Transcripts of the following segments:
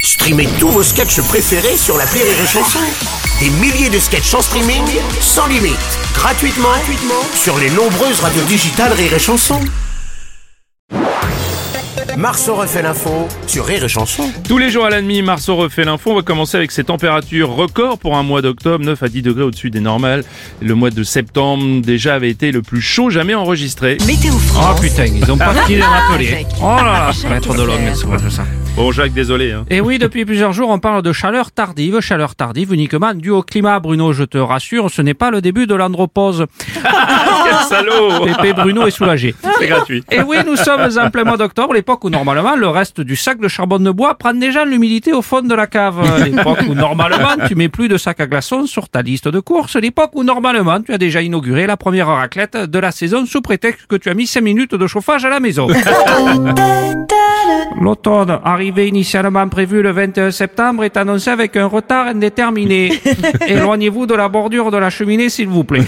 Streamez tous vos sketchs préférés sur la Rire et Chanson. Des milliers de sketchs en streaming, sans limite, gratuitement, gratuitement sur les nombreuses radios digitales Rire et Chanson. Marceau refait l'info sur Rire et Chanson. Tous les jours à la demi, Marceau refait l'info. On va commencer avec ces températures records pour un mois d'octobre, 9 à 10 degrés au-dessus des normales. Le mois de septembre déjà avait été le plus chaud jamais enregistré. Météo Oh France. putain, ils ont pas fini de rappeler. Jacques. Oh là là, c'est Jacques méthodologue, Kessler. c'est quoi tout ça Bon Jacques, désolé. hein. Et oui, depuis plusieurs jours, on parle de chaleur tardive, chaleur tardive uniquement due au climat, Bruno. Je te rassure, ce n'est pas le début de l'andropause. Quel salaud Pépé Bruno est soulagé. C'est gratuit. Et oui, nous sommes en plein mois d'octobre, l'époque où normalement le reste du sac de charbon de bois prend déjà l'humidité au fond de la cave. Euh, L'époque où normalement tu mets plus de sac à glaçons sur ta liste de courses. L'époque où normalement tu as déjà inauguré la première raclette de la saison sous prétexte que tu as mis 5 minutes de chauffage à la maison. L'automne, arrivé initialement prévu le 21 septembre, est annoncé avec un retard indéterminé. Éloignez-vous de la bordure de la cheminée, s'il vous plaît.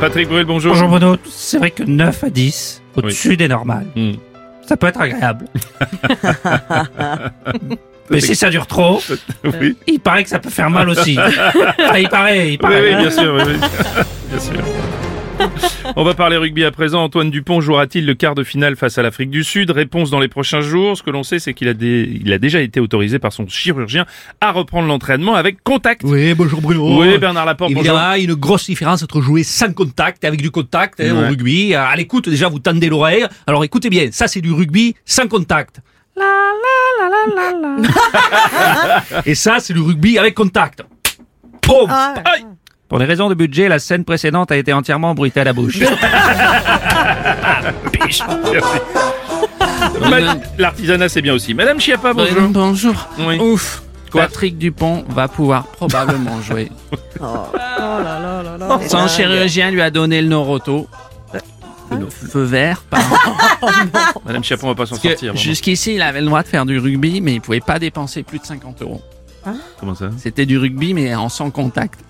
Patrick Bruel, bonjour. Bonjour Bruno, c'est vrai que 9 à 10, au-dessus des normales, Hmm. ça peut être agréable. Mais si ça dure trop, Oui. il paraît que ça peut faire mal aussi. Ah, il paraît, il Oui, paraît. oui, bien sûr. oui, oui. Bien sûr. On va parler rugby à présent. Antoine Dupont jouera-t-il le quart de finale face à l'Afrique du Sud Réponse dans les prochains jours. Ce que l'on sait, c'est qu'il a, dé- il a déjà été autorisé par son chirurgien à reprendre l'entraînement avec contact. Oui, bonjour Bruno. Oui, Bernard Laporte, bonjour. Évidemment, il y a une grosse différence entre jouer sans contact et avec du contact hein, Ouais. au rugby. À l'écoute, déjà, vous tendez l'oreille. Alors écoutez bien, ça c'est du rugby sans contact. et ça c'est du rugby avec contact. Oh Aïe. Pour des raisons de budget, la scène précédente a été entièrement bruitée à la bouche. Ma- L'artisanat, c'est bien aussi. Madame Chiappa, bonjour. Ah, Bonjour. Oui. Ouf. Quoi Patrick Dupont va pouvoir probablement jouer. Oh. Oh Son chirurgien lui a donné le Noroto. Feu vert. Parce Madame Chiappa, on va pas s'en que sortir. vraiment. jusqu'ici, il avait le droit de faire du rugby, mais il pouvait pas dépenser plus de 50 euros. Comment ça C'était du rugby, mais en sans contact.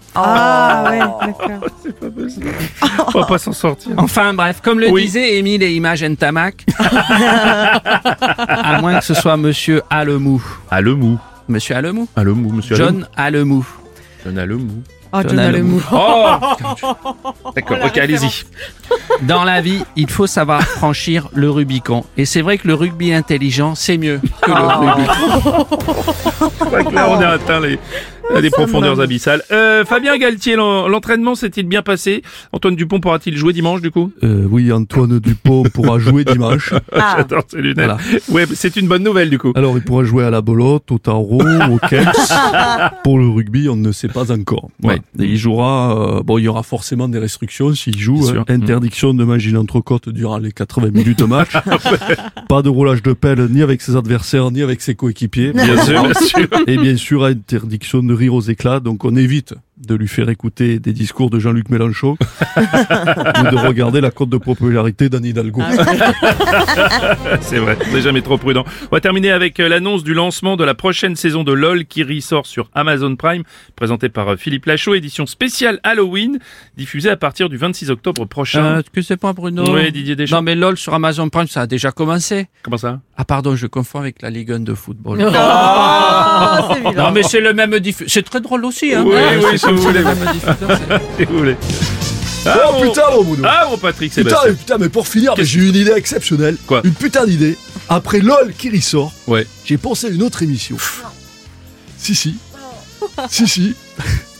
On va pas s'en sortir. Enfin, bref, comme le Oui. disait Émile et Image Ntamak, à moins que ce soit Monsieur Alemou. À le mou. Monsieur Alemou À le mou, monsieur John Alemou. John à le mou. Oh, John John Alemou. Oh D'accord, ok, allez-y. Dans la vie, il faut savoir franchir le Rubicon. Et c'est vrai que le rugby intelligent, c'est mieux que le rugby. Je crois que Là, on a atteint les, Ah, les profondeurs abyssales. Euh, Fabien Galtier, l'en- l'entraînement s'est-il bien passé Antoine Dupont pourra-t-il jouer dimanche, du coup Euh, oui, Antoine Dupont pourra jouer dimanche. Ah. J'adore ces lunettes. Ouais, c'est une bonne nouvelle, du coup. Alors il pourra jouer à la belote, au tarot, au keps. Pour le rugby, on ne sait pas encore. Voilà. Et il jouera. euh, bon, il y aura forcément des restrictions s'il joue. Bien hein. sûr. Interdiction de manger l'entrecôte durant les 80 minutes de match. pas de roulage de pelle ni avec ses adversaires ni avec ses coéquipiers. Bien sûr, bien sûr. Et bien sûr, interdiction de rire aux éclats. Donc on évite de lui faire écouter des discours de Jean-Luc Mélenchon ou de regarder la cote de popularité d'Anne Ah Hidalgo. C'est vrai, on n'est jamais trop prudent. On va terminer avec euh, l'annonce du lancement de la prochaine saison de LOL qui ressort sur Amazon Prime, présentée par euh, Philippe Lachaud, édition spéciale Halloween, diffusée à partir du 26 octobre prochain. Ah. Euh, Excusez-moi, Bruno. oui, Didier Deschamps. Non, mais LOL sur Amazon Prime, ça a déjà commencé. Comment ça Ah, pardon, je confonds avec la Ligue 1 de football. Ah, non mais c'est le même Diff- C'est très drôle aussi, Ah. hein. Oui, oui, si c'est vous voulez. le même diffuseur, c'est- Si vous voulez. Ah, Oh mon- putain, mon Bruno Ah, mon Patrick Putain, Sébastien mais putain, mais pour finir, mais j'ai eu une idée exceptionnelle. Quoi Une putain d'idée. Après LOL qui ressort, Ouais. j'ai pensé à une autre émission. Si, si. Si, si.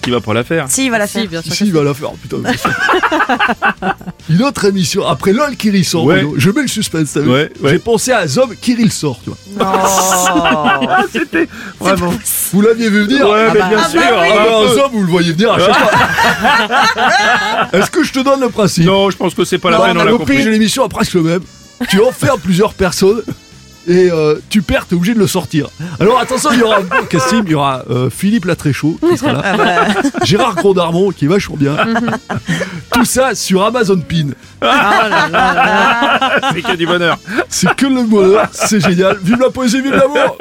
qui va pour la faire. Si, il va la faire. Si, bien Si, sûr. si, il va la faire. Putain, mais c'est ça. Une autre émission. Après LOL qui ressort, Ouais. Bruno, je mets le suspense. t'as vu Ouais, ouais. J'ai pensé à Zob qui ressort, tu vois. Ah, c'était vraiment. Vous l'aviez vu venir Ouais, mais bien bah sûr. Ah ah, bah, un peu. Zob, vous le voyez venir à chaque fois. Est-ce que je te donne le principe non, je pense que c'est pas la Non, peine, on mais l'a au compris. pire de l'émission est presque le même. Tu enfermes plusieurs personnes et euh, tu perds, t'es obligé de le sortir. Alors attention, il y aura un bon casting, il y aura euh, Philippe Latréchaud qui sera là, Gérard Grondarmon qui est vachement bien. Tout ça sur Amazon Pin. C'est que du bonheur. C'est que le bonheur, c'est génial. Vive la poésie, vive l'amour